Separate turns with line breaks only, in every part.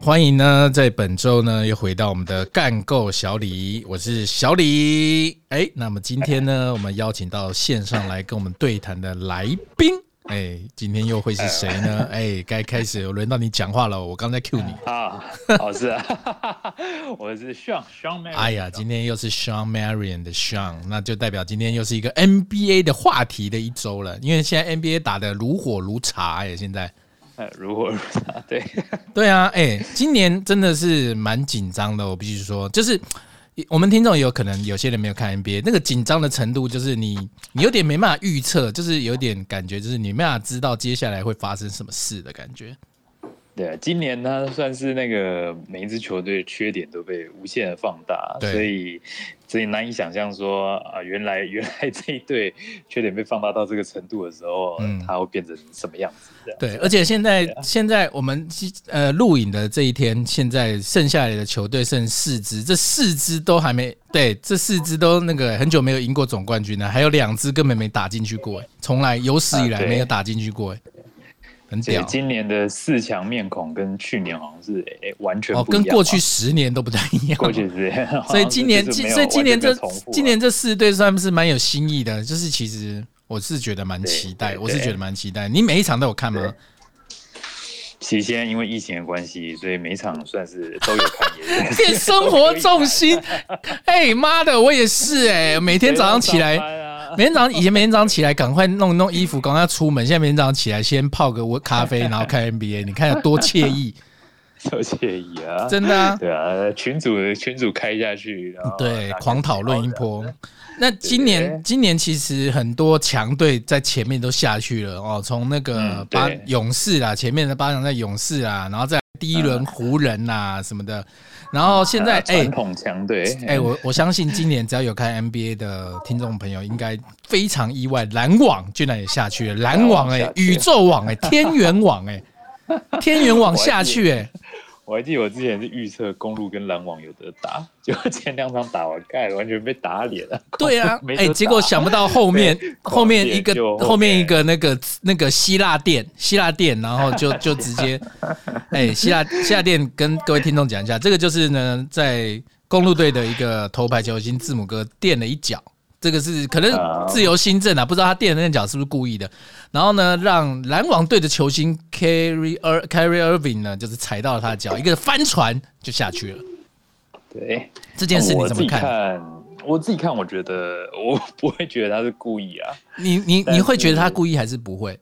欢迎呢，在本周呢又回到我们的干够小李，我是小李。哎，那么今天呢，我们邀请到线上来跟我们对谈的来宾，哎，今天又会是谁呢？哎，该开始轮到你讲话了，我刚才 Q 你。
啊，哦是啊， 我是 Sean Sean Mary。
哎呀，今天又是 Sean Marion 的 Sean，那就代表今天又是一个 NBA 的话题的一周了，因为现在 NBA 打得如火如茶哎，现在。
呃，如火如茶，对，
对啊，哎、今年真的是蛮紧张的，我必须说，就是我们听众有可能有些人没有看 NBA，那个紧张的程度，就是你你有点没办法预测，就是有点感觉，就是你没办法知道接下来会发生什么事的感觉。
对，啊今年呢算是那个每一支球队的缺点都被无限的放大，
对
所以所以难以想象说啊、原来原来这一队缺点被放大到这个程度的时候，
嗯
它会变成什么样子？这样
对，而且现在现在我们呃录影的这一天，现在剩下来的球队剩四支，这四支都还没对，这四支都那个很久没有赢过总冠军了，还有两支根本没打进去过，哎从来有史以
啊
来
对
没有打进去过，哎很
所以
屌。
今年的四强面孔跟去年好像是诶、完全
哦，
不一样
跟
啊、
过去十年都不太一样。
过去是，
所以今年，
好像就
今
是没有
所以今年这
完全没有重复啊
今年这四队算是蛮有新意的，就是其实我是觉得蛮期待，
对对
我是觉得蛮期待。你每一场都有看吗？
其实现在因为疫情的关系，所以每场算是都有看，也是
变生活重 心，哎妈的，我也是哎、 每天早上起来
上。班啊
每天早上以前每天早上起来赶快弄弄衣服，赶快出门。现在每天早上起来先泡个我咖 啡，然后看 NBA，你看有多惬意，
都惬意啊，
真的啊！
对啊，群主群主开下去，然后
对
大，家
狂讨论一波。那今年
对
今年其实很多强队在前面都下去了哦，从那个
嗯对
八、勇士啦，前面的八强在勇士啦，然后在第一轮湖人啦、什么的，然后现在
啊
哎
嗯传统嗯强队，
哎、我我相信今年只要有看 NBA 的听众朋友，应该非常意外，篮网居然也下去了，篮网哎、
篮网下去
宇宙网哎、天元网哎、天元 网下去哎、
我还记得我之前是预测公路跟篮网有得打，结果前两场打完，盖完全被打脸了。，
对啊
没
哎、
得打
结果想不到后面 后面一个
广电就
后面一个那个那个希腊店 希腊店，然后就就直 接，哎、希腊希腊店跟各位听众讲一下，这个就是呢在公路队的一个头牌球星字母哥垫了一脚。这个是可能
啊
自由新政啊，不知道他垫的那脚是不是故意的。然后呢，让篮网队的球星 Carry Ir Carry Irving 呢，就是踩到了他的脚，一个翻船就下去了。
对，
这件事你
哦我
怎
自己
么看？
看？我自己看，我觉得我不会觉得他是故意啊，
你你
但
你会觉得他
是
故意还是不会？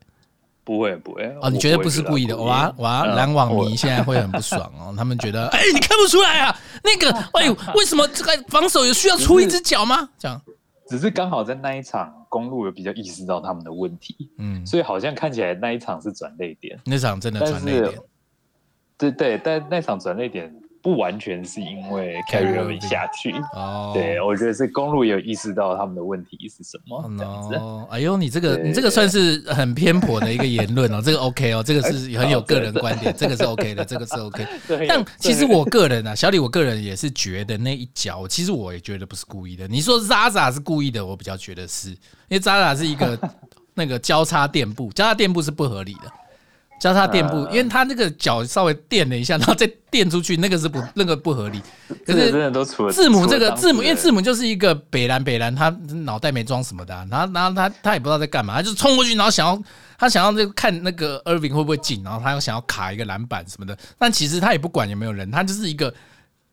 不会不会。
哦，你觉得不是故意嗯的？
我
哇哇，篮网迷现在会很不爽 哦，他们觉得，哎，你看不出来啊？那个，哎，为什么这个防守有需要出一只脚吗？这样，
只是刚好在那一场公路有比较意识到他们的问题，
嗯，
所以好像看起来那一场是转泪点。
那场真的
但
传泪
是
点，，
对对，但那场转泪点不完全是因为
Kyrie
Carry Irving
Irving
下去，
哦，
对我觉得是公路有意识到他们的问题是什么
哦
这样子。
，no，哎 呦，你这个
对
你这个算是很偏颇的一个言论哦，这个 OK 哦，这个是很有个人观点，这个是 OK 的，这个是 OK。
对，
但
对
其实我个人啊，小李，我个人也是觉得那一脚，其实我也觉得不是故意的。你说 Zaza 是故意的，我比较觉得是，因为 Zaza 是一 个那个交叉垫步，交叉垫步是不合理的。交叉垫步，
嗯
因为他那个脚稍微垫了一下，然后再垫出去，那个是不那个不合理。可
这个
是
真的都除了
字母
除
这
了
个
当
字母，
事
因为
人
字母就是一个北蓝北蓝，他脑袋没装什么的啊、然后然后他他也不知道在干嘛，他就冲过去，然后想要他想要那个看那个 Irving 会不会进，然后他又想要卡一个篮板什么的，但其实他也不管有没有人，他就是一个。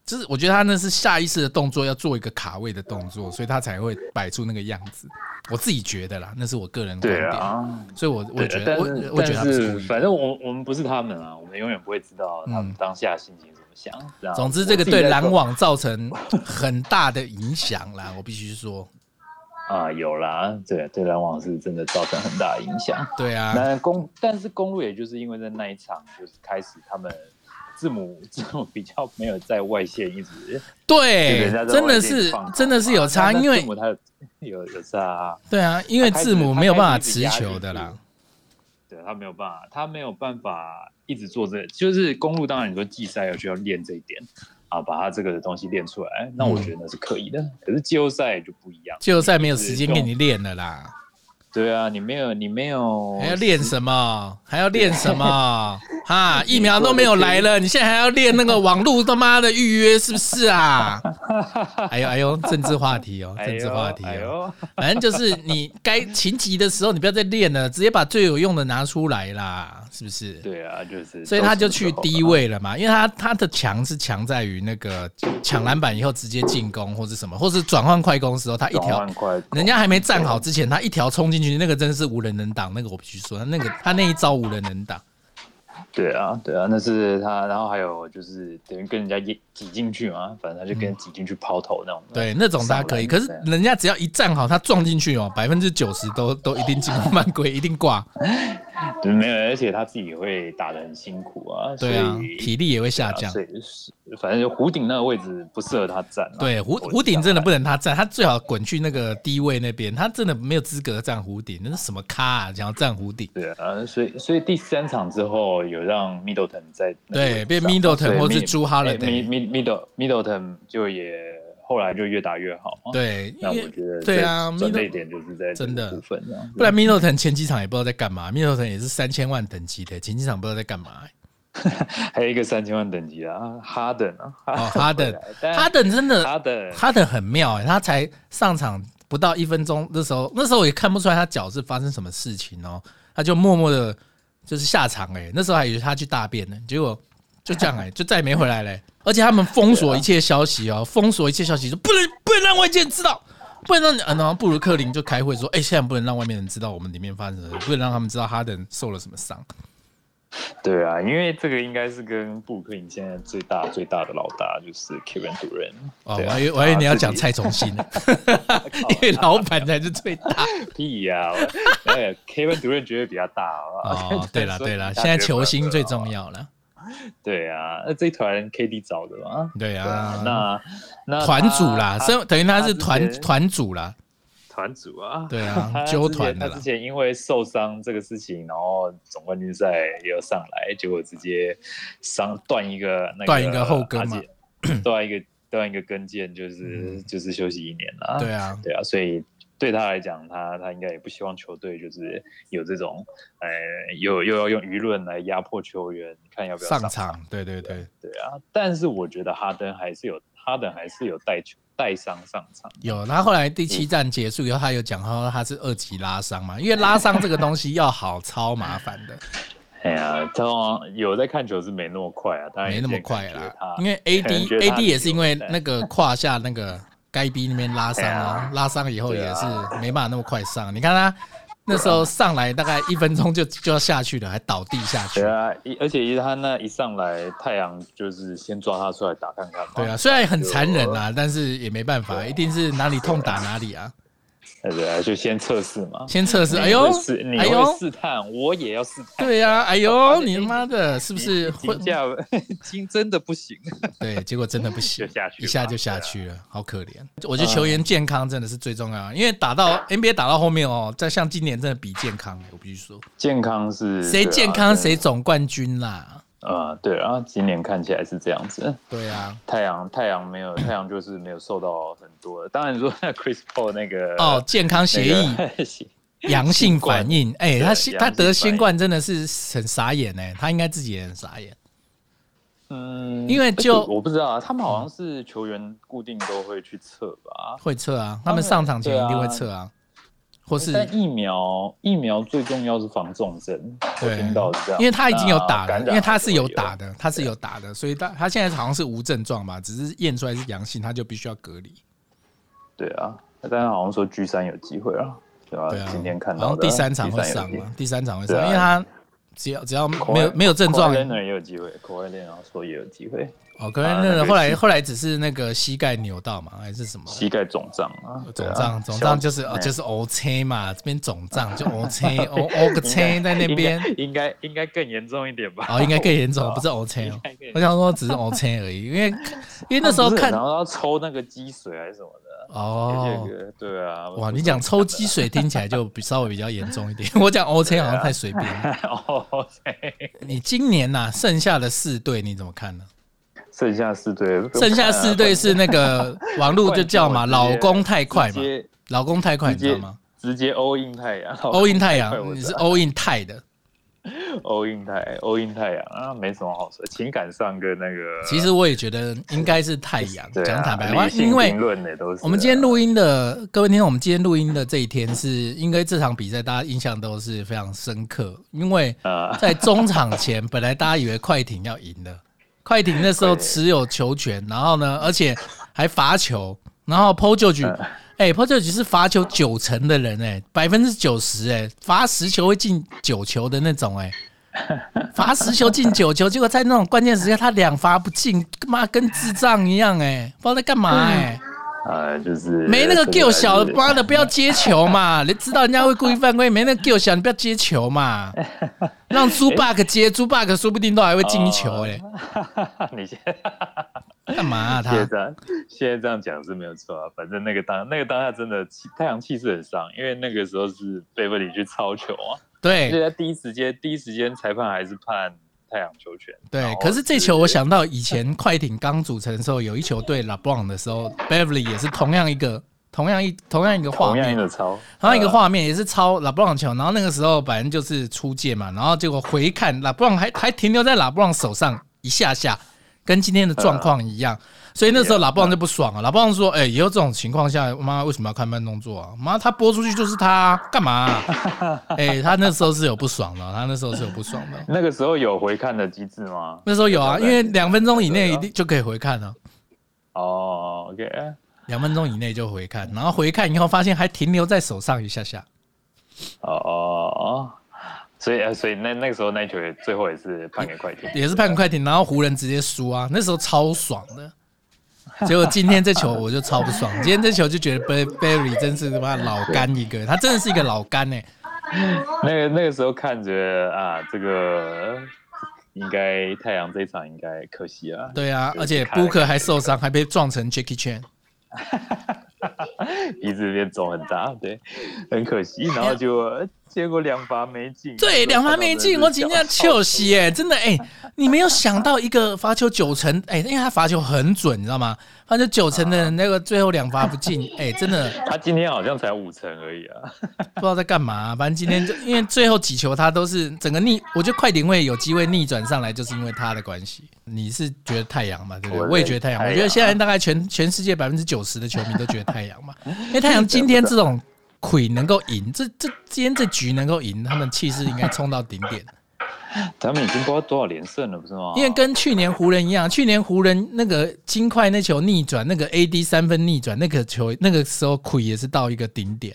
就是我觉得他那是下意识的动作，要做一个卡位的动作，所以他才会摆出那个样子。我自己觉得啦，那是我个人观
对
点，
啊，
所以我我
对
觉得
但
我
是
我觉得他
但
不是
是
故意的。
反正我我们不是他们啊，我们永远不会知道他们
嗯
当下心情怎么想。这样
总之，
我
这个
自己
对
在
篮
说
网造成很大的影响啦，我必须说，
啊有啦，对对篮网是真的造成很大的影响。
对啊，
那公，但是公路也就是因为在那一场，就是开始他们字母字母比较没有在外线一直，
对，真的
就是人家在外线
是
放
真的是有差，
那那
因为
字母他有有有差、啊，
对啊，因为
他开
字母
始
没有办法
他开始
持
压
球
进
的
去
啦，
对他没有办法，他没有办法一直做这就是公路当然你说季赛有需要练这一点啊，把他这个东西练出来，那我觉得那是可以的，可是季后赛就不一样，
季后赛没有时
是
间
用
给你练了啦。
对啊，你没有，你没有
还要练什么？还要练什 么？哈，疫苗都没有来了，你现在还要练那个网络他妈的预约是不是 啊？哎呦哎呦，政治话题哦，
哎
政
呦
治话题
哎
哦，
呦，
反正就是你该 勤急的时候，你不要再练了，直接把最有用的拿出来啦，是不是？
对啊，就是，
所以他就去低
位。
位了嘛，因为他他的强是强在于那个抢篮板以后直接进攻或是什么，或是转换快攻的时候，他一条
万块，
人家还没站好之前，他一条冲进去，那个真的是无人能挡。那个我必须说，那个他那一招无人能挡。
对啊，对啊，那是他，然后还有就是等于跟人家也挤进去嘛，反正他就跟人挤进去抛投那种。
对，那种他可以，可
啊
是人家只要一站好，他撞进去哦，百分之九十都都一定进攻犯规，一定挂。
对没有，而且他自己也会打得很辛苦啊，
对啊
所以，
体力也会下
对啊
降。
所以是反正就湖顶那个位置不适合他站、啊。
对，湖
我
湖顶
想
真的不能他站，他最好滚去那个低位那边，他真的没有资格站湖顶。那是什么咖啊？想要站湖顶？
对啊，所以所以第三场之后有让 Middleton 在那个
对
位置
变
上
Middleton
对
或是
Mid-
Jrue Holiday
哎，Mid Mid Middleton 就也后来就越打越好嘛。，
对，因
哦那
为
我觉得
对啊
这转
，Middle-
捩点就是在这
真的
个部分啊，
不然 Middleton 前几场也不知道在干嘛，Middleton 也是三千万等级的，前几场不知道在干嘛、
还有一个三千万等级啊，哈登啊，哎
哦，哈
回
登
来，但
哈登真的
哈登
哈登很妙哎、他才上场不到一分钟，那时候那时候我也看不出来他脚是发生什么事情哦，他就默默的，就是下场哎、那时候还以为他去大便呢，结果就这样 哎、就再也没回来嘞、而且他们封锁一切消息哦，封锁一切消息，说不能不能让外界人知道，不能让你啊，然后布鲁克林就开会说，哎、现在不能让外面人知道我们里面发生什么，不能让他们知道哈登受了什么伤。
对啊，因为这个应该是跟布鲁克林现在最大最大的老大就是 Kevin 主任。
哦，
对
我
啊
还以为我还以为你要讲
自己
蔡崇信 呢，因为老板才是最大
屁呀、 我哎，Kevin 主任绝对比较大好不 好
哦，对了
所以
对了，
大
现在
绝对
球星
不
最
得了
重要了。
对啊，那这一团 KD 找的嘛。
对
对啊
啊，，
那那
团主啦，
他
身等于他
他
是
之
团
前
团主啦。
团主啊，
对啊
他之前
纠团的啦
他之前因为受伤这个事情，然后总冠军赛也有上来，结果直接伤断一个那
断一个后跟嘛嗯
阿姐，断一个断一个跟腱，就是、就是休息一年啦。
对啊，
对啊，所以对他来讲，他他应该也不希望球队就是有这种，呃，又又要用舆论来压迫球员，看要不要
上
场。
场，对对对，
对啊，但是我觉得哈登还是有哈登还是有带球带伤上场。
有。他后来第
嗯
七站结束以后，他有讲到他是二级拉伤嘛，因为拉伤这个东西要好超麻烦 的，
哎呀，通常有在看球是没那么快啊，当然
没那么快
也可以
啦
感觉他。
因为
可能
AD
觉得他
AD 也是因为
有在
那个胯下那个该逼那边拉伤啊
哎呀，
拉伤以后
对
也
啊
是没办法那么快上。你看他那时候上来大概一分钟就就要下去了，还倒地下去
对。啊，一而且一他那一上来，太阳就是先抓他出来打啊看看嘛。
对啊，，虽然很残忍啊，但是也没办法，一定是哪里痛打哪里啊。
对啊，就先测试嘛。
先测试，哎
你
呦
会试，你
哎
会
呦，
试探，我也要试探。
对呀、哎呦， 你妈的，是不是会
评？ 价金真的不行？
对，结果真的不行，
就下去吧啊
一下就下去了，好可怜。我
嗯
觉得球员健康真的是最重要的，因为打到 NBA 打到后面哦，在像今年真的比健康，我必须说，
健康是
谁健康？
对
谁
啊
总冠军啦。
对啊，对啊，今年看起来是这样子。
对啊，
太阳太阳没有太阳就是没有受到很多的。当然你说 那 Chris Paul 那个
哦，健康协议
啊那个 协议
阳性反应，哎，
对
他
阳
新
性
他得
反
新
应
冠真的是很傻眼哎，他应该自己也很傻眼。
嗯，
因为就嗯
而且我不知道啊，他们好像是球员固定都会去测吧。
会测啊，
他
他们
们
上场前
对
一定会
啊
测啊，或是
但疫苗疫苗最重要是防重症，我
对
听到是这样，
因为他已经有打
那啊感
了，因
染
为他是有打
的，
的，他是有打的，所以他他现在好像是无症状嘛，只是验出来是阳性，他就必须要隔离。
对啊，但是好像说 G 三有机会啊，对吧、
对啊，
今天看
然
到
后
的
第三场会上
嘛
嘛，，第三场会
对
上，
啊
因为他只要只要没有没有症状，
，Leonard 也有机会，Kawhi Leonard 说也有机会，
哦，可
啊
能
那
那
个
个后来
是
后来只是那个膝盖扭到嘛，还是什么？呃
膝盖肿胀啊，对
肿
啊
胀，肿胀就是
小
哦，
哎
就是 O C 嘛，这边肿胀就 O C O O 个 C 在那边，
应啊该应该应该更严重一点吧？
哦，应该更严
我
重，
不
不
知
是
道
O C 哦
应该更严重，
我想说只是 O C 而已，因为因为那时候
不是
看
然后要抽那个积水还是什么的，啊
哦
有，些个对啊，
哇，
不
你
是
讲抽积水听起来就比稍微比较严重一点， 我讲 OK 好像太随便了。
哦，嘿
你今年呐、剩下的四队你怎么看呢？
剩下 四队，
剩
啊
下 四队是那个网络就叫嘛，
冠军我
老
直接
公太快嘛
直，接
老公太快，你
直
知道
接
吗？
直接 all in 太阳
欧印太
快我
阳，你是欧印泰
啊
的。
all in 太 all in 太阳啊，没什么好说，情感上跟那个
其实我也觉得应该是太阳，
对
讲
啊，
坦白话，
理性
因为
评论呢都是
我们今天录音的各位听众，我们今天录音的这一天是，应该这场比赛大家印象都是非常深刻，因为
啊
在中场前，本来大家以为快艇要赢了，快艇那时候持有球权，然后呢，而且还罚球，然后 p o j o g 哎 p o j o g 是罚球九成的人、哎，百分之九十，哎，罚十球会进九球的那种、哎，罚十球进九球，结果在那种关键时刻他两罚不进，妈跟智障一样、哎，不知道在干嘛、哎。
啊就是啊
没那个 g 小，
这个还是
妈的不要接球嘛！你知道人家会故意犯规，没那个 g 小，你不要接球嘛！让猪 bug 接，猪 bug 说不定都还会进一球哎、
你先
干嘛啊
现
他？
在这样现在这样讲是没有错啊，反正那个当那个当下真的气太阳气势很上，因为那个时候是贝弗里去抄球啊，而且
对
在第一时间第一时间裁判还是判太阳球权。然
对
后，
可是这球我想到以前快艇刚组成的时候，有一球对 LeBron 的时候，Beverly 也是同样一个同样一同样一个画
同样
面，
的抄，
同样一个画面也是抄 LeBron 球，然后那个时候反正就是出界嘛，然后结果回看 LeBron 还还停留在 LeBron 手上一下下，跟今天的状况一
嗯
样，所以那时候 LeBron 就不爽了、啊、，LeBron 说：“哎、以后这种情况下，妈为什么要看慢动作啊？妈他播出去就是他啊、干嘛啊、 哎、他那时候是有不爽的，他那时候是有不爽的。
那个时候有回看的机制吗？
那时候有啊，因为两分钟以内
对啊
一定就可以回看了、
哦，OK，
两分钟以内就回看，然后回看以后发现还停留在手上一下下。
哦哦哦，所以呃所以那那个时候那一球也最后也是判给快艇，
也是判快艇，然后湖人直接输啊，那时候超爽的。结果今天这球我就超不爽，今天这球就觉得 Ber- Berry 真是他妈老干一个，他真的是一个老干哎、
那个那个时候看着啊，这个应该太阳这一场应该可惜啊。
对啊，
对
而且
看了
Booker 还受伤，还被撞成 Jackie Chan。
鼻子变肿很大，对，很可惜。然后就呃结果两罚没进，
哎对，两罚没进，我今天
笑
球惜哎，真的哎、你没有想到一个罚球九成哎、因为他罚球很准，你知道吗？罚球九成的人那个最后两罚不进，哎、真的
他今天好像才五成而已啊，
不知道在干嘛、啊反正今天就因为最后几球他都是整个逆，我觉得快艇会有机会逆转上来，就是因为他的关系。你是觉得太阳嘛，对不对？
我
我也觉得太阳，
太
我
阳啊
觉得现在大概全全世界百分之九十的球迷都觉得太阳 嘛，因为太阳今天这种魁能够赢，这这今天这局能够赢，他们气势应该冲到顶 点。
他们已经不知道多少连胜了，不是吗？
因为跟去年湖人一样，去年湖人那个金块那球逆转，那个 AD 三分逆转，那个球那个时候魁也是到一个顶点。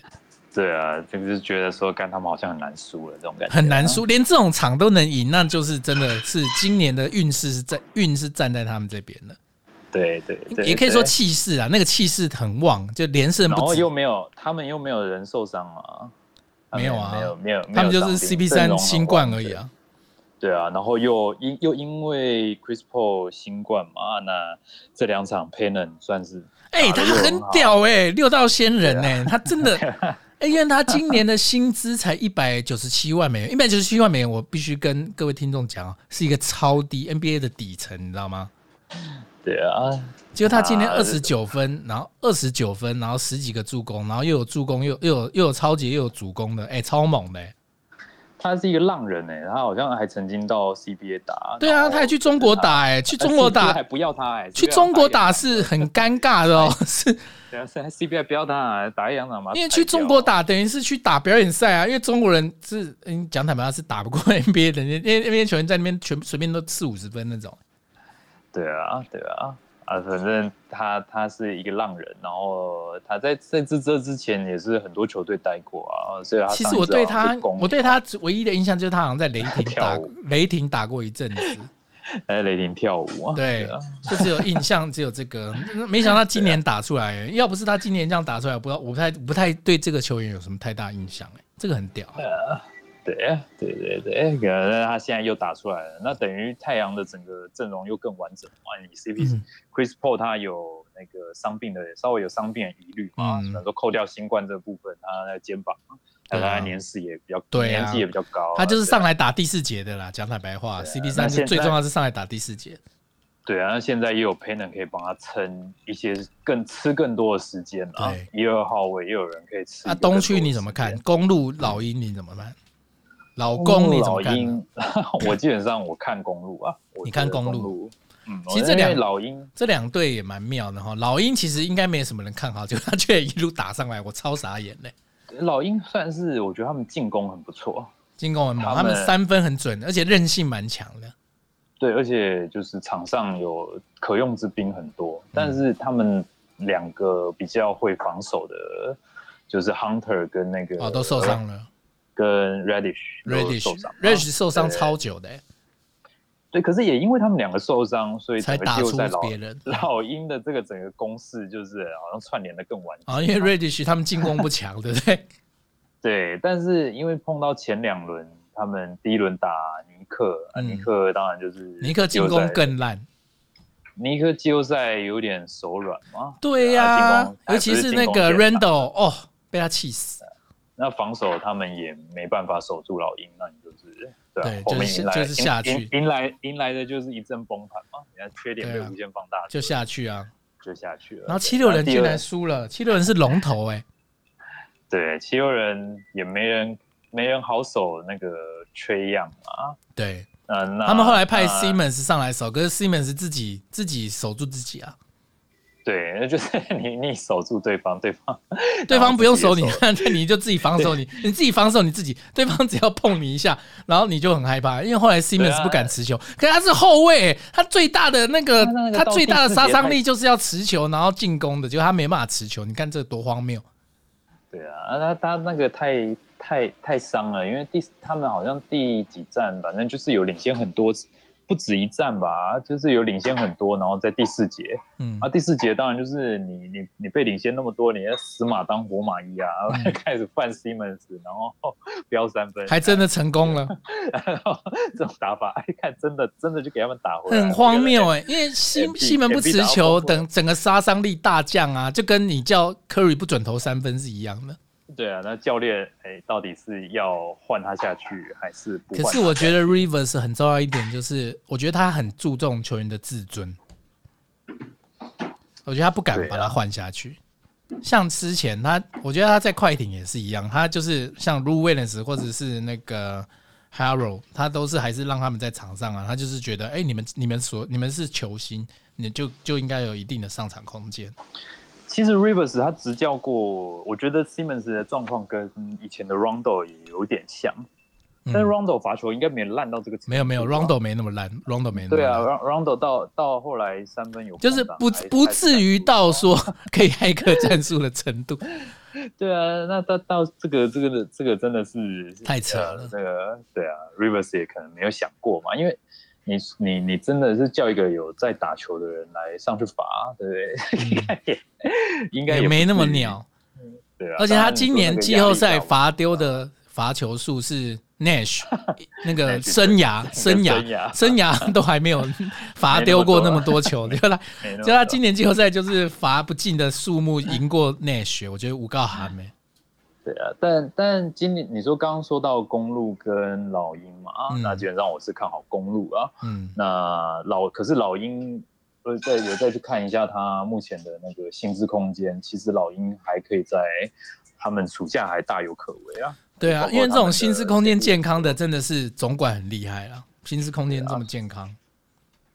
对啊，就是觉得说干他们好像很难输了这种感觉，啊
很难。输，连这种场都能赢，那就是真的是今年的运势是在运是站在他们这边的，
对对对，
也可以说
对
气势啊，那个气势很旺，就连胜
然
不
后
止
又。没有他们又没有人受伤嘛，他们
没有啊
没有没有，没有
他们就
伤
是
病
CP
阵
三
容很
新冠
旺
而已
对
啊，
对啊，然后又因又因为 Chris Paul 新冠嘛，那这两场 Payne 算是
哎，
打得
他
又
很
好，啊
屌哎，六道仙人哎，他真 的，哎，因为他今年的薪资才一百九十七万美元，一百九十七万美元，我必须跟各位听众讲啊，是一个超低 NBA 的底层，你知道吗？
对啊，
结果他今天
啊
二十九分，然后二十九分，然后十几个助攻，然后又有助攻，又又有又有超级又有主攻的，哎、超猛的、哎
他是一个浪人哎、他好像还曾经到 CBA 打，
对啊，
然后
他还去中国打、哎，去
呃
中国
CBA
打
还，不要他哎、
去
CBA
中国打是很尴尬的哦， 是
对啊是 CBA 不要他、打一两场嘛，
因为去中国打等于是去打表演赛啊，因为中国人是嗯讲坦白话是打不过 NBA 的，因为 NBA 球员在那边全随便都四五十分那种。
对啊，对啊，啊，反正他他是一个浪人，然后他在在这这之前也是很多球队待过啊，所以他
其
上
实
一
我
次
对
好像
他
是公，
我对他唯一的印象就是他好像在雷霆打
跳舞
雷霆打过一阵子。
在哎雷霆跳舞啊，
对
啊，
就只有印象，只有这个。嗯没想到今年打出来，要不是他今年这样打出来，我不知道，我不太不太对这个球员有什么太大印象。哎，这个很屌。
哦对对对对，可能他现在又打出来了，那等于太阳的整个阵容又更完整嘛。你 CP、
嗯
Chris Paul 他有那个伤病的，稍微有伤病的疑虑嘛，
嗯
只能说扣掉新冠这部分，他的肩膀，
对
他
啊
他年事也比较，
对啊
年纪也比较高啊、
他就是
对啊
上来打第四节的啦，讲坦白话，CP
那
三
现在
最重要是上来打第四节。
对啊，那现在也有 p a y n e 可以帮他撑一些更吃更多的时间啊
对。
一二号位也有人可以吃。
那啊东区你怎么看？？公路老鹰你怎么看？老公你怎
老
么看呢？
鹰， 我基本上我看公路啊，我
你看
觉得
公
公
路
路，嗯，
其实这
因为
两
老鹰，
这两队也蛮妙的哈。老鹰其实应该没什么人看好，结果他却一路打上来，我超傻眼嘞！
老鹰算是我觉得他们进攻很不错，
进攻很猛，他
他们
们三分很准，而且韧性蛮强的。
对，而且就是场上有可用之兵很多，
嗯
但是他们两个比较会防守的，就是 Hunter 跟那个
哦，都受伤了
跟 Radish 都受伤啊
，Radish，Radish 受伤
对
超久的欸，
对，可是也因为他们两个受伤，所以
才
整个
打
季后
出
赛老
别人。
老鹰的这个整个攻势就是好像串联的更完整。
啊，因为 Radish 他们进攻不 强，对不对？
对，但是因为碰到前两轮，他们第一轮打尼克，啊
嗯
尼克当然就是
尼克进
季后
攻
赛
更烂，
尼克季后赛有点手软嘛，
对
啊
呀、
进攻
尤其是那
还
个
不是进攻
Randall，哦，被他气死。
那防守他们也没办法守住老鹰，那你就是对啊
对，
后面
就是
迎来
就是下去
迎迎迎来迎来的就是一阵崩盘嘛，人家缺点被
对啊
无限放大，
就下去啊，
就下去了。
然后七六人
那第二
竟然输了，七六人是龙头哎、
对七六人也没人没人好守那个缺样啊，
对
那那
他们后来派
那
Simmons 上来守，可是 Simmons 自己自己守住自己啊，
对， 那就是你你守住对方，对方
对方不用守你
然后，
对你就自己防守你，你自己防守你自己，对方只要碰你一下，然后你就很害怕，因为后来 Simmons
啊
不敢持球，可是他是后卫、欸他最大的那个
他那个
他
到
最
第
大的
四
杀
节
伤
太
力就是要持球，然后进攻的，结果他没办法持球，你看这多荒谬。
对啊，啊他他那个太太太伤了，因为第他们好像第几站，反正就是有领先很多，不止一站吧，就是有领先很多，然后在第四节
嗯
啊，，第四节当然就是你你你被领先那么多，你要死马当活马医啊，
嗯
开始犯 Simmons，然后 飙三分，
还真的成功了。
然后 这种打法，哎，看真的真的就给他们打回来，
很荒谬
哎、
哎、因为西
MB
西门不持球，
MB 打到爆
等整个杀伤力大降啊，就跟你叫 Curry 不准投三分是一样的。
对啊，那教练哎，到底是要换他下去还是不换？
可是我觉得 Rivers 很重要一点就是，我觉得他很注重球员的自尊，我觉得他不敢
对啊
把他换下去。像之前他，我觉得他在快艇也是一样，他就是像 Lou Williams 或者是那个 Harrow，他都是还是让他们在场上啊，他就是觉得，哎、你们你们所你们是球星，你就就应该有一定的上场空间。
其实 Rivers 他执教过，我觉得 Simmons 的状况跟以前的 Rondo 也有点像，
嗯
但 Rondo 罚球应该没烂到这个程度。
没有没有，Rondo 没那么烂，Rondo 没那么烂。
对啊，Ron-，Rondo 到到后来三分有
就是
空档
不
还
不
还是
至于
敢
到说可以骇客战术的程度。
对啊，那到到这个这个这个真的是
太扯了
呃这个对啊，Rivers 也可能没有想过嘛，因为你你你真的是叫一个有在打球的人来上去罚，对不对？ 应该也应
嗯
该
也
不
没那么
至于，
鸟。
对啊。
而且
当
他
然
今
你
年
说那个
季
压
后
力
赛
大
罚丢的罚球数是 Nash 那个
Nash
生涯生
生
涯
涯
生 涯都还没有罚丢过那么多球，就他
啊没那么
就他
多啊
今年季后赛就是罚不进的数目赢过 Nash，我觉得五欸告还没。
对啊，但但今年你说刚刚说到公路跟老鹰嘛，啊
嗯
那基本上我是看好公路啊。
嗯，
那老可是老鹰，呃，再有再去看一下他目前的那个薪资空间，其实老鹰还可以在他们暑假还大有可为啊。
对啊
包，括
因为这
他们
种
的
薪资空间健康的真的是总管很厉害啦，薪资空间
啊
这么健康。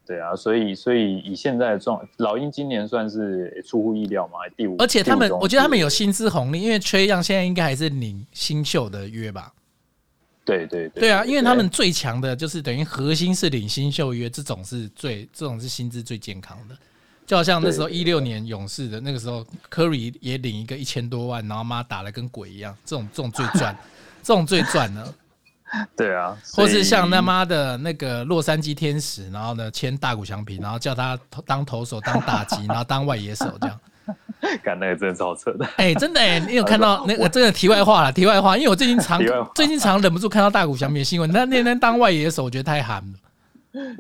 对啊，所以所以以现在的状，老鹰今年算是诶出乎意料嘛，第五，
而且他们
第五，中
我觉得他们
是
有薪资红利，因为崔样现在应该还是领新秀的约吧？
对对对
对啊，因为他们最强的就是等于核心是领新秀约，这种是最这种是薪资最健康的。就好像那时候
对
一六年勇士的那个时候，科里也领一个一千多万，然后妈打了跟鬼一样，这种这种最 赚，这种最赚的。
对啊，所
或
以
是像 他妈的那个洛杉矶天使，然后呢签大谷翔平，然后叫他投当投手、当打击，然后当外野手这 样。
干那个真的超扯的，
哎、真的哎、你有看 到那个真的题外话了？题外话，因为我最近常
题外话
最近常忍不住看到大谷翔平的新闻，那那天当外野手，我觉得太喊了。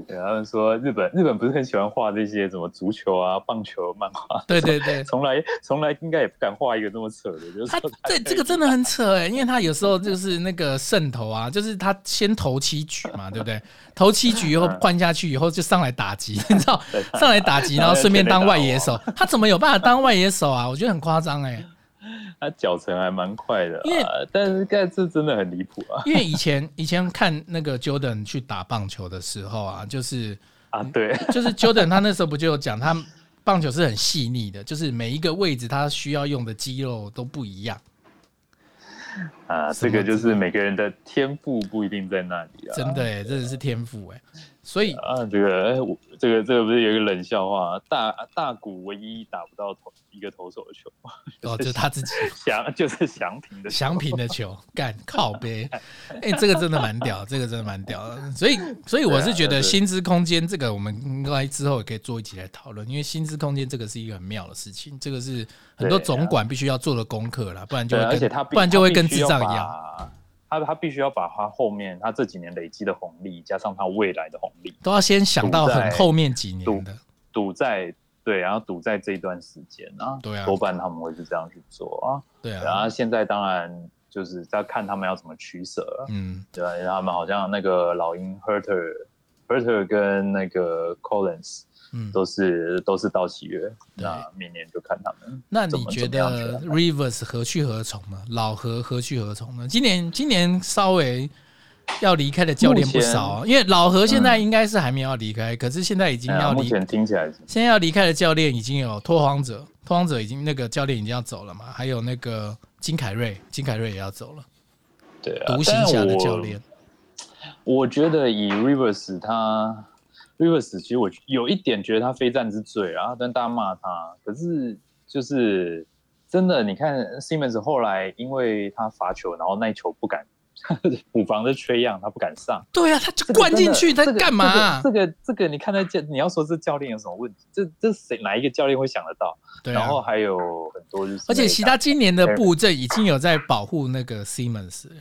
对，啊他们说日本日本不是很喜欢画这些什么足球啊、棒球漫画，
对对 对，
从来从来应该也不敢画一个那么扯的，就是
他
说
对这个真的很扯哎、因为他有时候就是那个渗透啊，就是他先投七局嘛，对不对？投七局以后换下去以后就上来打击， 你知道，上来打击，然后顺便当外野手，他怎么有办法当外野手啊？我觉得很夸张哎，
他脚程还蛮快的、
因为
啊，但是盖这真的很离谱啊！
因为以前以前看那个 Jordan 去打棒球的时候啊，就是
啊，对，
就是 Jordan 他那时候不就有讲，他棒球是很细腻的，就是每一个位置他需要用的肌肉都不一样。
啊，
什么
这个就是每个人的天赋不一定在那里啊。
真的哎、真的是天赋哎、所以
啊，这个哎我这个这个不是有一个冷笑话，啊大大谷唯一打不到投一个投手的球，
哦，就是他自己
翔就是翔平的球
祥平的球，干靠背，哎、这个真的蛮屌，这个真的蛮屌的。所以，所以我是觉
对
得
啊对
薪资空间这个，我们应该之后也可以做一起来讨论，因为薪资空间这个是一个很妙的事情，这个是很多
对啊
总管必须要做的功课啦，不然就
对，啊而
会
且
跟
他必
不然就会跟
他必须
智
要
障一样。
把他他必须要把他后面他这几年累积的红利，加上他未来的红利，
都要先想到
赌
很
在
后面几年的，
赌在对，然后赌在这一段时间啊，
对啊
多半他们会是这样去做啊。
对
然
啊，
后现在当然就是在看他们要怎么取舍啊，
嗯，
对吧？然后他们好像那个老鹰 Herter Herter 跟那个 Collins
嗯
都是都是到七月，
对
那明年就看他们。
那你
怎么
觉
怎么样
得
去
Rivers 何去何从呢？老何何去何从呢？今年今年稍微要离开的教练不少、啊，因为老何现在应该是还没有要离开，可是现在已经
嗯哎呀
要
目
离，
前听起来是
现在要离开的教练已经有拓荒者，拓荒者已经那个教练已经要走了嘛，还有那个金凯瑞，金凯瑞也要走了，
对啊，
独行侠的
但
教
我
练，
我觉得以 Rivers 他 Rivers 其实我有一点觉得他非战之罪啊，但大家骂他，可是就是真的，你看 Simmons 后来因为他罚球，然后那一球不敢 补防的缺样，他不敢上，
对啊，他就
这个
灌进去，
真的
他干嘛啊、
这个这个这个你看他教，你要说这教练有什么问题？这这谁哪一个教练会想得到？
对
然
啊
后，还有很多就是，
而且其他今年的布阵已经有在保护那个 Simmons，了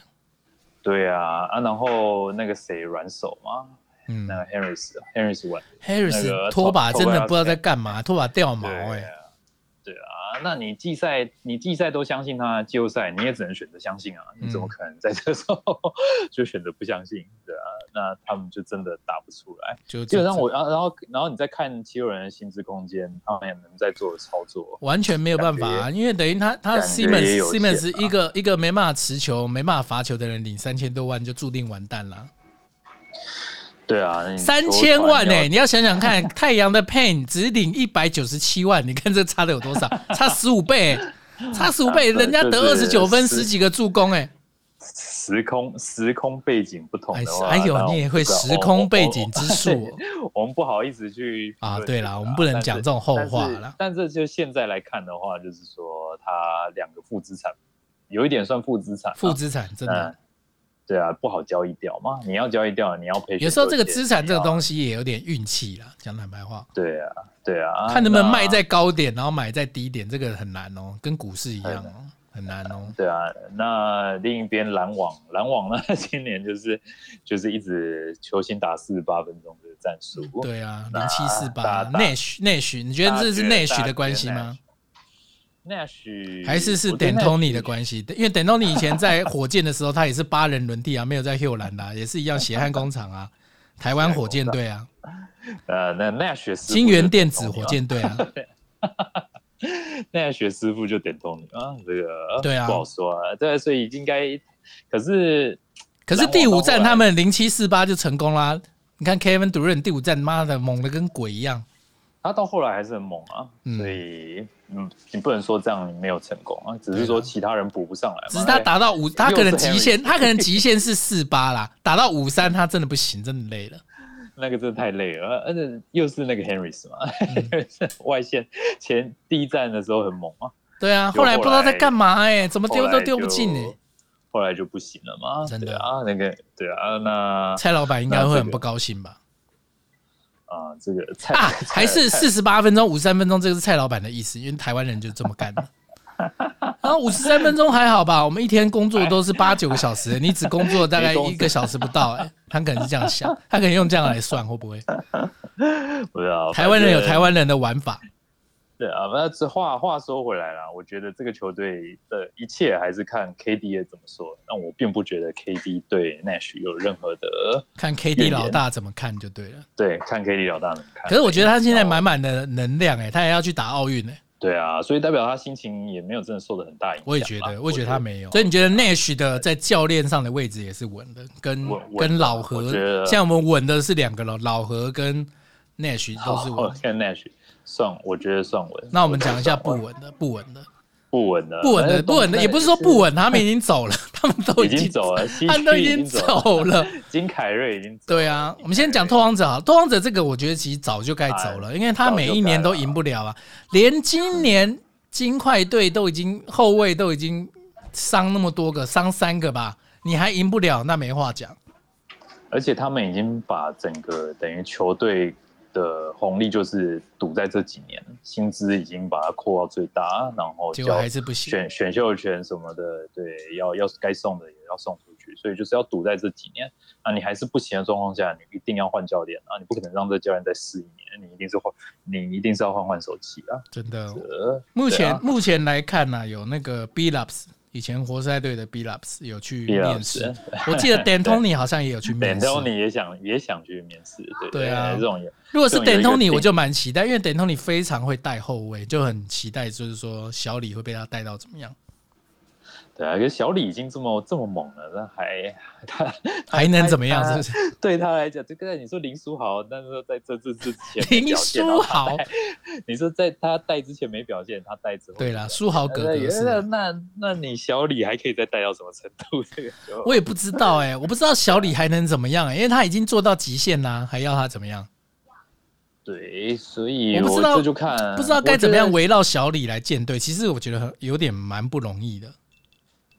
对啊啊，然后那个谁软手嘛，
嗯
那个 Harris Harris 软
Harris
那个
拖把
头
真的
头
不知道在干嘛，拖把掉毛
啊对
哎、
啊对啊，那你季赛你季赛都相信他，季后赛你也只能选择相信啊，你怎么
嗯
可能在这时候 就选择不相信？对啊，那他们就真的打不出来。
就
基本上
就
我，然后然后然后你再看七六人的薪资空间，他们也能在做的操作。
完全没有办法、啊，因为等于他他
感觉也
Simmons
有
Simmons
限啊
一个一个没办法持球、没办法罚球的人领三千多万，就注定完蛋了。
对啊，那你
三千万欸呢、
哎、
你要想想看，太阳的 Pain 只领一百九十七万，你看这差的有多少？差十五倍、欸差十五倍，
啊对
人家得二
就
十
是
九分、
十
十几个助攻、哎，
时空时空背景不同
哎
的话，
哎
啊那
呦
我，们
你也
不
会
知道
时
哦
空
哦
背
哦
景之
哦
术哦。
我们不好意思去
啊
评论
对啦
这个
我们不能
但是
讲这种后话
但
啦
是但是就现在来看的话，就是说他两个负资产，有一点算负资产啊、
负资产真的。
嗯对啊，不好交易掉嘛。你要交易掉，你要赔。
有时候这个资产这个
西，
东西也有点运气啦，讲坦白话，
啊对啊，对啊，
看能不能
那
卖在高点，然后买在低点，这个很难哦，跟股市一样哦，很难哦。
对啊，那另一边篮网，篮网呢， 今年就是就是一直球星打四十八分钟的战术。
对啊，
那
零七四八
大大
内许内许，你觉得
大
这是
绝
内许
大
的关
绝
系吗？
，Nash
还是是
我觉得
D'Antoni
Nash-
的关系？因为 D'Antoni 以前在火箭的时候，他也是八人轮替啊，没有在 Hill 兰的啊，也是一样血汗工厂啊，台湾火箭队啊，
呃，那 Nash 的师傅
金
就
源电
等
子
同
火
你啊
箭队啊，
那学师傅就点通你啊，这个
对啊
不好说啊，对，所以应该，可是
可是第五站
篮网到后来
他们零七四八就成功啦。你看 Kevin Durant 第五站，妈的猛的跟鬼一样。
他到后来还是很猛啊，
嗯
所以嗯，你不能说这样你没有成功啊，只是
对
说
啊
其他人补不上来嘛，
只是他打到五，他可能极限，
Henry
他可能极限是四八 啦，打到五三他真的不行，真的累了。
那个真的太累了，而且又是那个 Henrys 嘛，
嗯
外线前第一站的时候很猛啊，
对啊，
就
后
后来
来不知道在干嘛哎、怎么丢
后
都
来
丢不进哎、
就后来就不行了嘛，
真的
对啊，那个对啊，那
蔡老板应该会很不高兴吧？
啊这个菜
啊，
菜
还是四十八分钟、五三分钟，这个是蔡老板的意思，因为台湾人就这么干的。然啊后五十三分钟还好吧？我们一天工作都是 八九个小时，你只工作大概一个小时不到、哎，他可能是这样想，他可能用这样来算，会不会？
哦不知道
台湾人有台湾人的玩法，
对啊，那这话话说回来啦，我觉得这个球队的一切还是看 KD 怎么说。但我并不觉得 KD 对 Nash 有任何的
看
语
KD
言
老大怎么看就对了。
对，看 KD 老大能看。
可是我觉得他
哦
现在满满的能量、哎，他也要去打奥运呢。哎
对啊，所以代表他心情也没有真的受的很大影响吧。
我也觉得，我也觉得他没有。所
对
以你觉得 Nash 的在教练上的位置也是稳的，跟
稳稳
跟
的
老
我
何，
觉得
现在我们稳的是两个了，老何跟 Nash 都是
我
稳。
看 Nash 算，我觉得算稳。
那我们讲一下
我
不
觉得算稳
稳的，不稳的，
不稳的，
不稳
但
的，
是
不稳的，
那
也不是说不稳，他们已经走了，他们都
已经走了，
他们都已
西区
经
经了
走了。
金凯瑞已经走了
对啊，我们先讲拓荒者啊，拓荒者这个我觉得其实早就该走
哎
了，因为他每一年都赢不了啊，连今年金块队都已经后卫都已经伤那么多个，伤三个吧，你还赢不了，那没话讲。
而且他们已经把整个等于球队的红利就是赌在这几年，薪资已经把它扩到最大，然后
结果
交
还是不行
选选秀权什么的，对，要要该送的也要送出去，所以就是要赌在这几年。那你还是不行的状况下，你一定要换教练啊，你不可能让这教练再试一年，你一定是换，你一定是要换换手气啊。
真的，哦
呃，
目
对
前、
啊
目前来看呢、有那个 B Labs，以前活塞队的 B Labs 有去
B Labs，
面试，我记得 D'Antoni 好像也有去面
等
试。
到你也想也想去面试，对
对啊
这种也
如果是
这种有一个
D'Antoni，
定
我就蛮期待，因为 D'Antoni 非常会带后卫，就很期待，就是说小李会被他带到怎么样。
对啊，可是小李已经这么这么猛了，那还他
还能怎么样？
他
是不 是？
对他来讲，就跟你说林书豪，但是在这这之前没
林
表现哎
书，豪，
然后你说在他带之前没表现，他带之后
对啦，书豪哥
那
哥
也
是
那
啊。
那那你小李还可以再带到什么程度？ 这个就
我也不知道哎、我不知道小李还能怎么样、欸，因为他已经做到极限啦，还要他怎么样？
对，所以
我不知道
这就看
不知道该怎么样
我觉
围绕小李来建队。其实我觉得很有点蛮不容易的。
得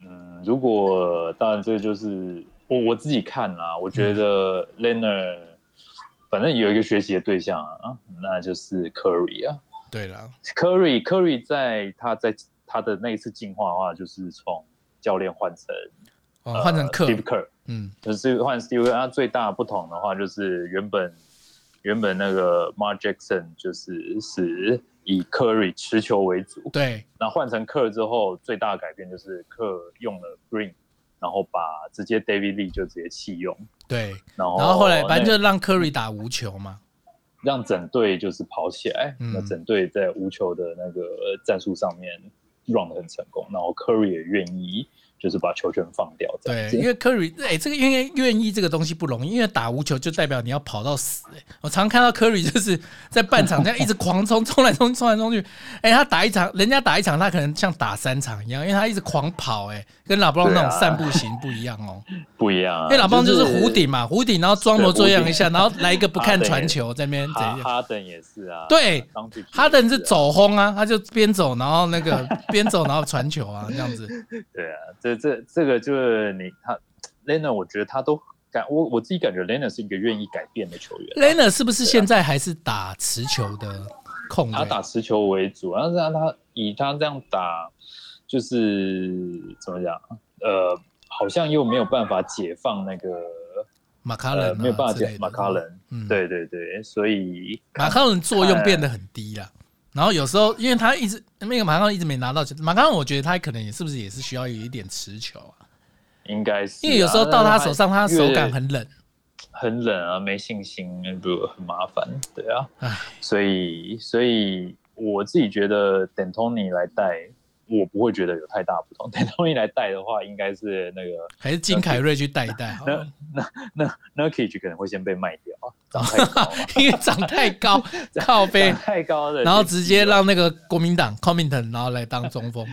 嗯，如果当然这就是我我自己看啦，我
嗯
觉得 Leonard 反正有一个学习的对象啊，那就是 Curry 啊。
对了，
Curry Curry 在他在他的那一次进化的话，就是从教练换成
哦，换成
呃
克，
Steve Kerr，
嗯，
就是换 Steve Kerr。他最大的不同的话，就是原本原本那个 Mark Jackson 就是是以 Curry 持球为主，
对，
那换成 Kerr 之后，最大的改变就是 Kerr 用了 Green，然后把直接 David Lee 就直接弃用，
对。
然后
然后后来反正
哦那
就让科瑞打无球嘛，
让整队就是跑起来，
嗯
那整队在无球的那个战术上面 run 的很成功，然后 Curry 也愿意就是把球权放掉，这样
对，
子
因为科瑞，哎，这个因为愿意这个东西不容易，因为打无球就代表你要跑到死、哎，我常看到科瑞 就是在半场这样一直狂冲，冲来冲去，冲来冲去。哎、他打一场，人家打一场，他可能像打三场一样，因为他一直狂跑、哎，跟老布朗那种
对啊
散步型不一样 哦、
不一样啊，
因为老布朗就是弧
顶，
顶嘛，弧顶，然后装模作样一下，然后来一个 不看
啊对
传球，在那边怎
哈
样？
哈登也是啊，
对
当地区也啊
哈登是，走轰啊，他就边走然后那个边走然后传球啊，这样子。
对啊，这这这个就是你他 l e n a 我觉得他都感我我自己感觉 l e n a 是一个愿意改变的球员，
l e n a 是不是现在还是打持球的控卫
他？啊打持球为主，然后让他以他这样打，就是怎么讲？呃，好像又没有办法解放那个
马卡伦、
呃，
啊、
没有办法
之
解
类的
马卡。伦。
嗯，，
对对对，所以
马卡伦作用变得很低了。然后有时候，因为他一直那个马卡伦一直没拿到球，马卡伦我觉得他可能也是不是也是需要有一点持球啊，
应该是啊、
因为有时候到他手上，他
但是
手感
越
很冷。
很冷啊，没信心，那就很麻烦。对啊，
唉，
所以所以我自己觉得 d a n t o n y 来带，我不会觉得有太大不同。d a n t o n y 来带的话，应该是那个
还是金凯瑞去带一带好了，
那 Nurkic 可能会先被卖掉，长太 高了。
因为长太高，靠背
长，太高的，
然后直接让那个国民党 Comington 然后来当中锋，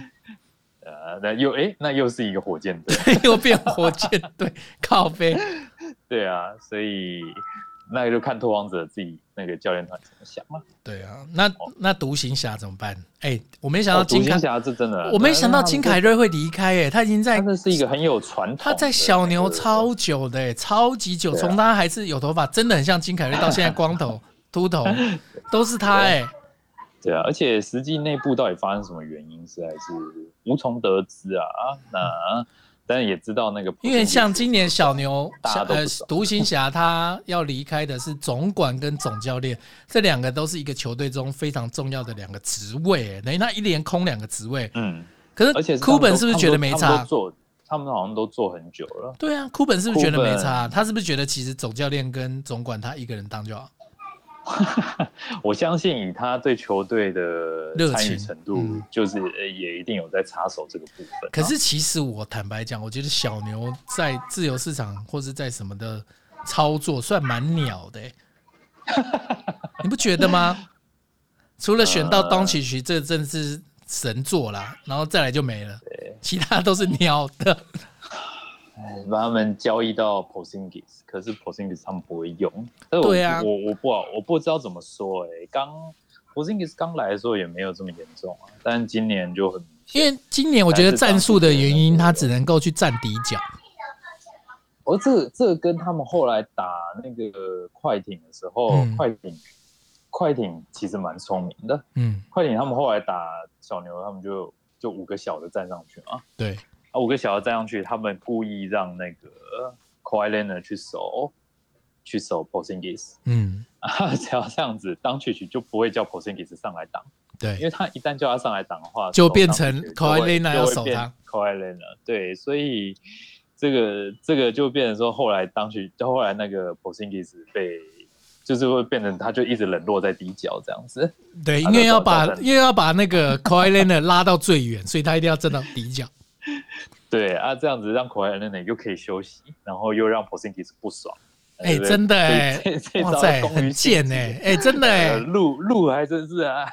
呃，那又哎，那又是一个火 箭队，
又变火箭队靠背。
对啊，所以那就看拓荒者自己那个教练团怎么想了。
对啊，那那独行侠怎么办？哎、我没想到
哦独
金凯
行，侠这真的，
我没想到金凯
他
瑞会离开、哎，他已经在
们这，他这是一个很有传统的那
他
个，
在小牛超久的、哎，超级久，
对啊
从他 还是有头发，真的很像金凯瑞，到现在光头、秃头，都是他、哎，
对啊，而且实际内部到底发生什么原因，实在是无从得知啊。啊那但也知道那个，
因为像今年小牛
大家都
呃
不熟
独行侠他要离开的是总管跟总教练，这两个都是一个球队中非常重要的两个职位，欸等于他一连空两个职位。
嗯，
可是
而且
库本是不是觉得没
他们都
差？
做，他们好像都做很久了。
对啊，库本是不是觉得没
Kuban
差？他是不是觉得其实总教练跟总管他一个人当就好？
我相信以他对球队的
热
参与
情
程度
嗯，
就是呃也一定有在插手这个部分啊。
可是其实我坦白讲，我觉得小牛在自由市场或是在什么的操作算蛮鸟的、 欸，你不觉得吗？除了选到东
呃
契奇，这真是神作啦，然后再来就没了，其他都是鸟的。
把他们交易到 Posingis，可是 Posingis 他们不会用。所以我
对啊
我我不好，我不知道怎么说哎、欸。刚 Posingis 刚来的时候也没有这么严重啊，但今年就很明
因
显。
为今年我觉得战术的原因，他只能够去站底角。
而这个这个跟他们后来打那个快艇的时候，
嗯
快艇快艇其实蛮聪明的。
嗯，
快艇他们后来打小牛，他们就就五个小的站上去嘛，
对，
啊，五个小的站上去，他们故意让那个 k a w i l e n a 去守去守 Posingis。
嗯，
啊， 只要这样子，当曲曲就不会叫 p o s i n g i s 上来挡，因
对，
为他一旦叫他上来挡的话，
就变成 Kawhi Leonard
Koalena
要守他
Koalena 对，所以这个这个就变成说，后来当曲就后来那个 p o s i n g i s 被就是会变成他就一直冷落在底角这样子，
对，
他
因
就
为要
找
把
到站
因为要把那个 k a w i l e n a 拉到最远，所以他一定要站到底角。
对啊，这样子让 Koalena 又可以休息，然后又让 p o s i n g i s 不爽，
哎、
对不对
真的哎、
所以 这这
哇
招
塞，
功于
很
心
贱
计
哎、哎、真的哎、
呃路路还真是啊，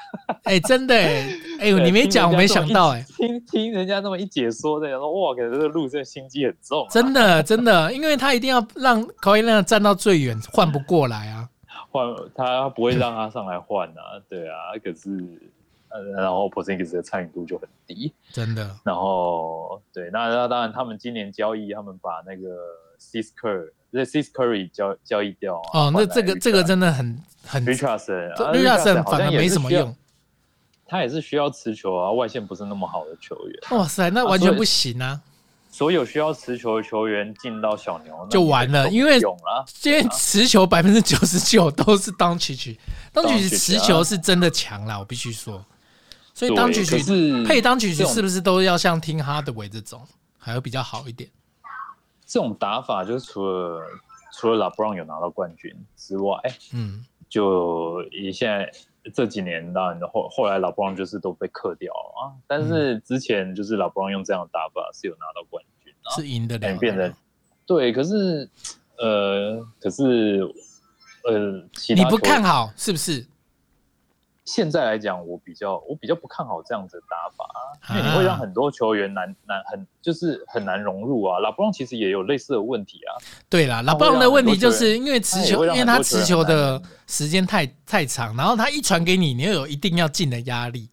哎、真的哎、哎、
对
你没
听
讲，
人
我没
家这么
想
一
到哎、
听听人家那么一解说，在想说哇，可能这个路这心机很重、啊，
哎真的真的，因为他一定要让 k a w i l e n 站到最远，换不过来啊。
换他不会让他上来换啊， 对啊，可是呃，然后 p o s i n g i s 的参与度就很低，
真的，
然后对，那那当然他们今年交易，他们把那个 Cis Curry 这 Cis Curry 交交易掉啊，
哦，那这个这个真的很很，
r i c h a r d s o n
绿亚森反而没什么，
啊 Richardson 啊好像也是需要
用。
他也是需要持球啊，外线不是那么好的球员，
哇塞，那
啊
完全
所以
不行啊！
所有需要持球的球员进到小牛
就完了因为
用啊了。
因为持球百分之九十九都是当曲曲，当曲曲
Doncic
持球是真的强啦，我必须说。所以
啊对
当曲
可
曲
是
配当曲曲
这种
是不是都要像听哈德维这种，还会比较好一点？
这种打法就是除了除了 LeBron 有拿到冠军之外，
嗯，
就以现在这几年当然后后来 LeBron 就是都被克掉了啊，但是之前就是 LeBron 用这样的打法是有拿到冠军啊，
是赢得了
但
的。
变得对，可是呃，可是呃，其
你
他
不
球
看好是不是？
现在来讲，我比较我比较不看好这样子的打法啊，因为你
啊
会让很多球员难难很就是很难融入啊。LeBron 其实也有类似的问题啊，
对啦，老
会让
棒的问题
很多
就
球
是
员
因为持
他也
球，因
会让
为
很
他
多球
持
员
球
很难
的
赢
时间太太长，然后他一传给你，你又有一定要进的压力。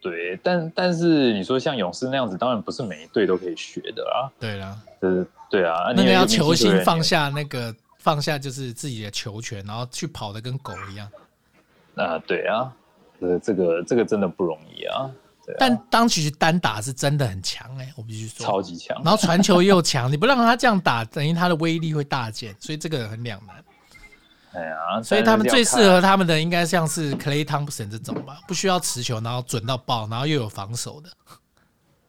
对，但但是你说像勇士那样子，当然不是每一队都可以学的啊。
对啦，
就是对啊，
那
你
个
有
要
一明星
球
球
星
员
放下那个放下就是自己的球权，然后去跑的跟狗一样。
啊，对啊，呃，这个这个真的不容易啊，对啊
但当其实单打是真的很强哎、我必须说。
超级强。
然后传球又强，你不让他这样打，等于他的威力会大减，所以这个很两难。
哎呀，
所以他们最适
但
合他们的应该像是 Clay Thompson 这种吧，不需要持球，然后准到爆，然后又有防守的。
是要看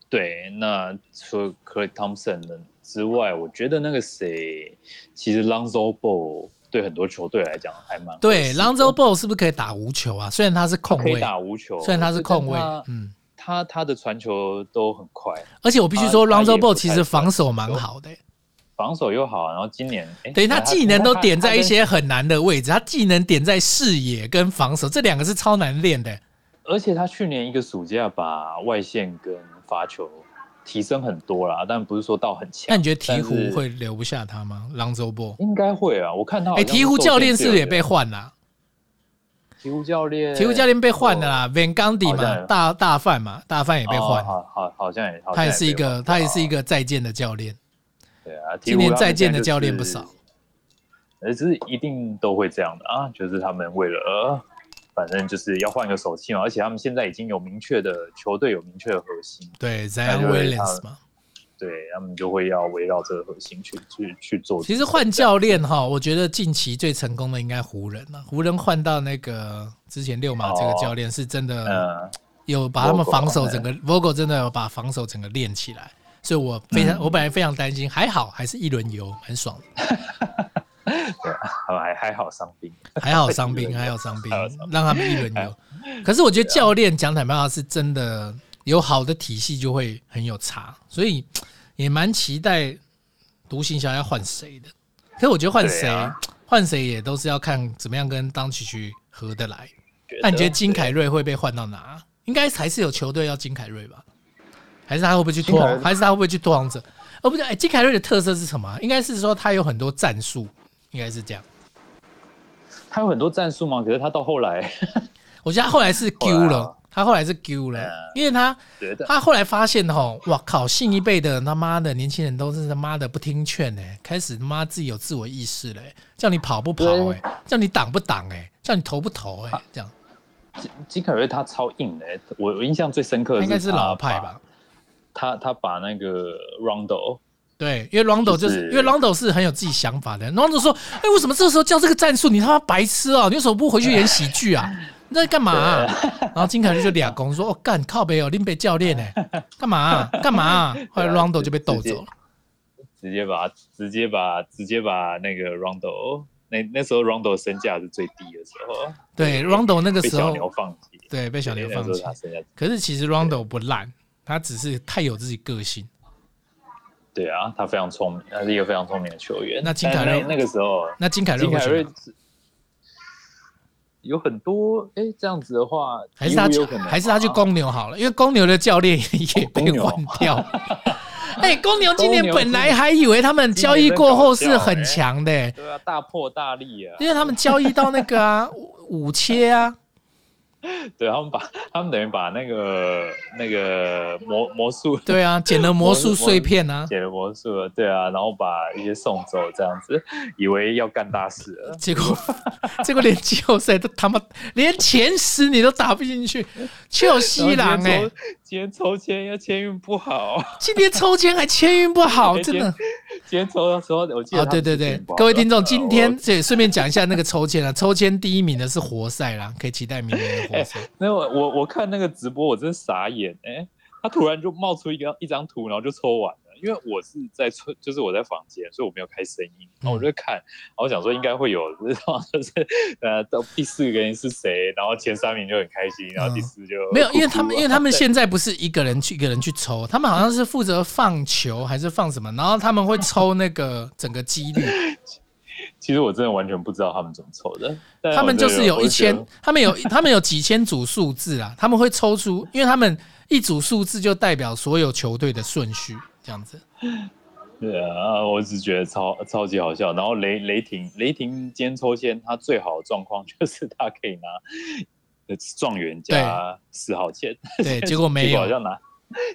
对。那除了 Clay Thompson 的之外，我觉得那个谁，其实 Lonzo Ball 对很多球队来讲还蛮
对
合适的
，Lonzo Ball 是不是可以打无球啊？虽然他是控
可以
卫，
打无球，
虽然他是控卫
但他，
嗯，
他他的传球都很快，
而且我必须说
他他
，Lonzo
呃也不
Ball
太
其实防守蛮好的欸、
防守又好，然后今年哎，
等于他技能都点在一
些。
些很难的位置，他技能点在视野跟防守，这两个是超难练的欸、
而且他去年一个暑假把外线跟罚球提升很多啦，但不是说到很
那
强，
你觉得鹈
但
鹕
是
会留不下他吗？Lonzo Ball，
应该会啊。我看他好
哎，
像
鹈鹕教练是不是也被换了、
鹈鹕教练，
鹈鹕教练被换了啦，Van Gundy
好像
嘛，
有
大大范嘛，大范也
哦
被换，
好好好像也好像
他也是一
被
个
换哦
他也是一个再见的教练。
对啊。
今年
鹈鹕他们
再见的
现在就是哎
教练不少，
呃，只是一定都会这样的啊，就是他们为了反正就是要换个手气嘛。而且他们现在已经有明确的球队有明确的核心，
对
那
Zion
就是
Williams
他
嘛。
对他们就会要围绕这个核心去去去做。
其实换教练哈， 我觉得近期最成功的应该湖人了、湖人换到那个之前六马这个
哦
教练是真的，
呃，
有把他们
Vogel，
防守整个 Vogel 真的有把防守整个练起来，所以我非常、
嗯
我本来非常担心，还好还是一轮游，蛮爽的，
对啊，还还好伤病，
还好伤病，还好伤病
还好伤，病
让他们一轮游。可是我觉得教练讲坦白话是真的有好的体系就会很有差，所以也蛮期待独行侠要换谁的。可是我觉得换谁
对啊
换谁也都是要看怎么样跟当曲曲合得来。
啊
那你觉得金
对
凯瑞会被换到哪？应该还是有球队要金凯瑞吧？还是他会不会去拓
金凯
荒？
瑞
还是他会不会去拓荒者？哦，不对，哎、金凯瑞的特色是什么啊？应该是说他有很多战术，应该是这样。
他有很多战术嘛，可是他到后来
我觉得他后来是
后
Q
来啊
了，他后来是 Q 了
嗯，
因为他
觉得
他后来发现吼，哇靠，新一辈的他妈的年轻人都是他妈的不听劝呢、欸开始他妈自己有自我意识了、欸，叫你跑不跑哎、
对
叫你挡不挡哎、叫你投不投哎、这样
金金凯瑞他超硬的、我我印象最深刻
他
的
应该是
他
老派
把
吧？
他他把那个 Rondo
对，因为 Rondo 就、
就是是
因为 Rondo 是很有自己想法的。Rondo 说：“哎、为什么这时候叫这个战术？你他妈白痴哦、你为什么不回去演喜剧啊？ 你在干嘛啊、然后金凯瑞就俩公说：“哦，干靠北哦，林北教练哎、干嘛啊、干嘛啊、后来
对啊
Rondo 就被
直
斗
直接
走了。
直接把直接把直接把那个 Rondo 那那时候 Rondo 的身价是最低的时候，
对，Rondo 那个
被
时
小
候
牛放弃，
对被小
对
牛
那时
放
候
弃
他。身价，
可是其实 Rondo 不烂，他只是太有自己个性。
对啊，他非常聪明，他是一个非常聪明的球员。
那金凯
但
瑞
那那个时候，
那金凯瑞
金
会
凯瑞
选哪
是有很多哎，这样子的话，
还是他
几乎
去
有可能
还是他去
啊
公牛好了，因为公牛的教练也被
公牛
换掉 了。哎、公牛今年
公牛
本来还以为他们交易过后是很强的、
对啊，大破大立啊，
因为他们交易到那个啊 五五切啊，
对他们把他们等于把那个那个魔魔术
对啊，捡了魔术碎片啊，
解了魔术了，对啊，然后把一些送走，这样子，以为要干大事了。
结果 结果连季后赛都他妈连前十你都打不进去，就西
然
郎
后今
哎、
天抽，今天抽签要签运不好，
哎今天抽签还签运不好，
哎
真的。
今天抽的时候我记得
啊，
他
对
们
对
是
对
运不，好
各位
的
听众，今天
我呃
这也顺便讲一下那个抽签啊， 抽签第一名的是活塞啦，可以期待明年的 活塞。
那我我我看那个直播，我真傻眼哎、他突然就冒出一个一张图，然后就抽完了。因为我是在抽，就是我在房间，所以我没有开声音，
嗯
然后我就看，然后我想说应该会有， 然后就是呃，到第四个人是谁，然后前三名就很开心，然后第四就、
嗯没有，因为他们因为他们
现。
现在不是一个人去一个人去抽，他们好像是负责放球还是放什么，然后他们会抽那个整个几 率，
其实我真的完全不知道他们怎么抽的，但
他们就是有
我
一
觉得
千，他们有他们有几千组数字啊，他们会抽出，因为他们一组数字就代表所有球队的顺序这样子。
对啊，我只觉得超超级好笑。然后雷雷霆雷霆今天抽签，他最好的状况 就是他可以拿呃状元加四号签，
对，结果没
结果好
有，
像拿，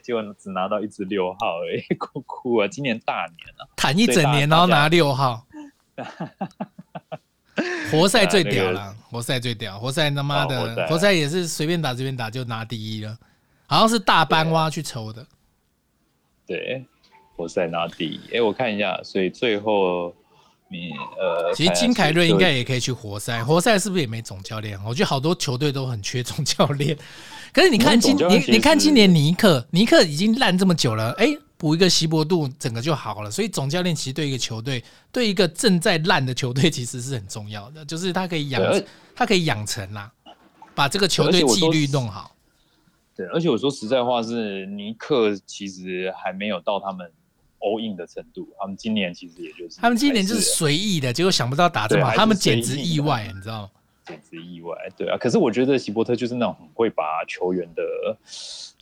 结果只拿到一支六号而已， 哭哭啊！今年大年啊，
谈一整年，
最大的
然后拿六号。 活塞最屌
啊那
了，活塞最屌，活塞他妈
哦活
的
塞，
活塞也是随便打随便打就拿第一了，好像是大班蛙去抽的，
对，活塞拿第一。哎，我看一下，所以最后你呃，
其实
看一下
金凯
所以
瑞应
最后
该也可以去活塞，活塞是不是也没总教练？啊我觉得好多球队都很缺总教练。可是你看
没
今
总教
你
练其
你看
实
今年尼克，尼克已经烂这么久了，哎、补一个席伯杜，整个就好了。所以总教练其实对一个球队，对一个正在烂的球队其实是很重要的，就是他可以养
对而，
他可以养成啦，把这个球队
对而且我
纪
都
律弄好。
对，而且我说实在话是，尼克其实还没有到他们 all in 的程度，他们今年其实也就是
他们今年
还
就是随意的，结果想不到打这
对
么好，
还是
他们简直
随意的
意外，你知道吗？
简直意外，对啊。可是我觉得希伯特就是那种很会把球员的，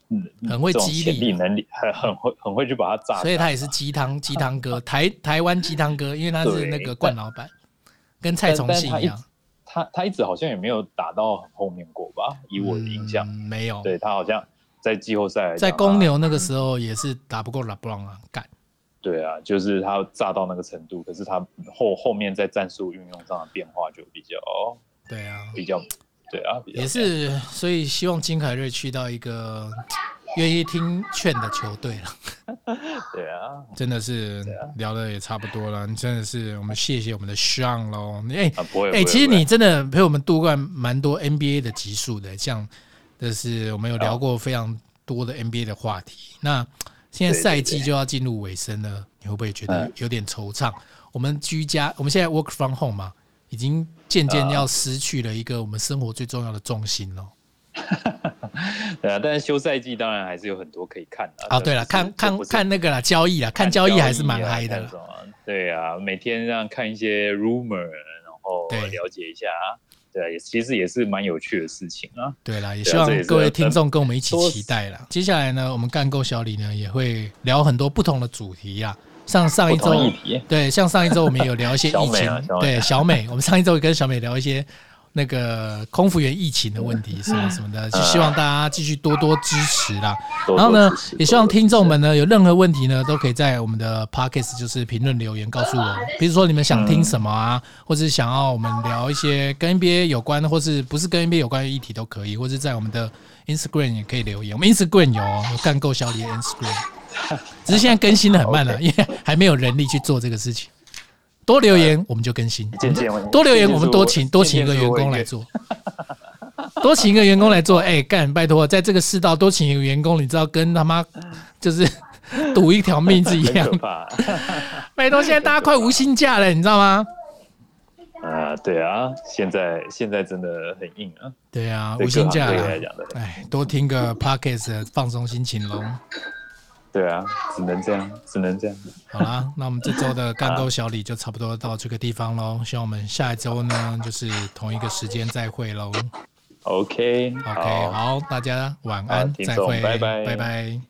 嗯，
很会
这种
激
潜
励啊
力能力，很很会很会去把它炸
所以
开。
他也是鸡汤鸡汤哥，台台湾鸡汤哥，因为他是
对
那个冠老板，跟蔡
但
崇
但
信
他
一样。
他他一直好像也没有打到很后面过吧，以我的印象，
嗯没有，
对他好像在季后赛来
在
讲
公
他
牛那个时候也是打不过拉布朗啊，干。
对啊，就是他炸到那个程度，可是他后后面在战术运用上的变化就比较
对啊，
比较对啊，比较
也是，所以希望金凯瑞去到一个呃愿意听劝的球队了。
对啊，
真的是聊的也差不多了，真的是我们谢谢我们的 Sean 喽。哎、
啊不会，
哎、
不会
其实
不会
你真的陪我们度过蛮多 NBA 的集数的，像就是我们有聊过非常多的 NBA 的话题。那现在
对对嗯
赛季就要进入尾声了，你会不会觉得有点惆怅？我们居家，我们现在 work from home 嘛，已经渐
嗯
渐要失去了一个我们生活最重要的重心了。
对啊，但是休赛季当然还是有很多可以看的
啊，对了，看看看那个啦，交易啦，看交易还是蛮嗨的
了
啦。。
看什么对啊，每天让看一些 rumor，然后
对
了解一下，对啊，也其实也是蛮有趣的事情啊。
对啦，也
对啊
希望
这也是
各位
要
听众跟我们一起
多
期待啦。接下来呢，我们干够小李呢也会聊很多不同的主题啊。像上一
不同
周
议，题，
对，像上一周我们也有聊一些
小
疫
美
情，
啊小美
对小美，我们上一周也跟小美聊一些那个空服员疫情的问题，什么什么的，
呃
就希望大家继续多多支持啦。
多多
然后呢
支持，
也希望听众们呢有任何问题呢，都可以在我们的 podcast 就是评论留言告诉我们，比如说你们想听什么啊，
嗯
或是想要我们聊一些跟 NBA 有关，或是不是跟 NBA 有关的议题都可以，或是在我们的 Instagram 也可以留言。我们 Instagram 有哦有干够小李的 Instagram，只是现在更新的很 慢啊了，因为还没有人力去做这个事情。多留言我们就更新，
渐渐会
多留言我们多
渐
请
渐
多请一个
渐渐
员
会
工来
越
做。多请一个员工来做，哎、干，拜托，在这个世道多请一个员工，你知道跟他妈就是 赌一条命是一
很
样
可
的。
怕。
拜托，现在大家快无薪假了，你知道吗？
啊，对啊，现在现在真的很硬啊。
对啊，
对
无薪假
各行
了
各业来讲的。
哎，多听个 podcast 放松心情喽。
对啊，只能这样，只能这样。
好啦，那我们这周的 干
啊
沟小李就差不多到这个地方喽。希望我们下一周呢，就是同一个时间再会喽。
OK，
OK，好，大家晚安，
好听
再
众
会，
拜拜
拜拜。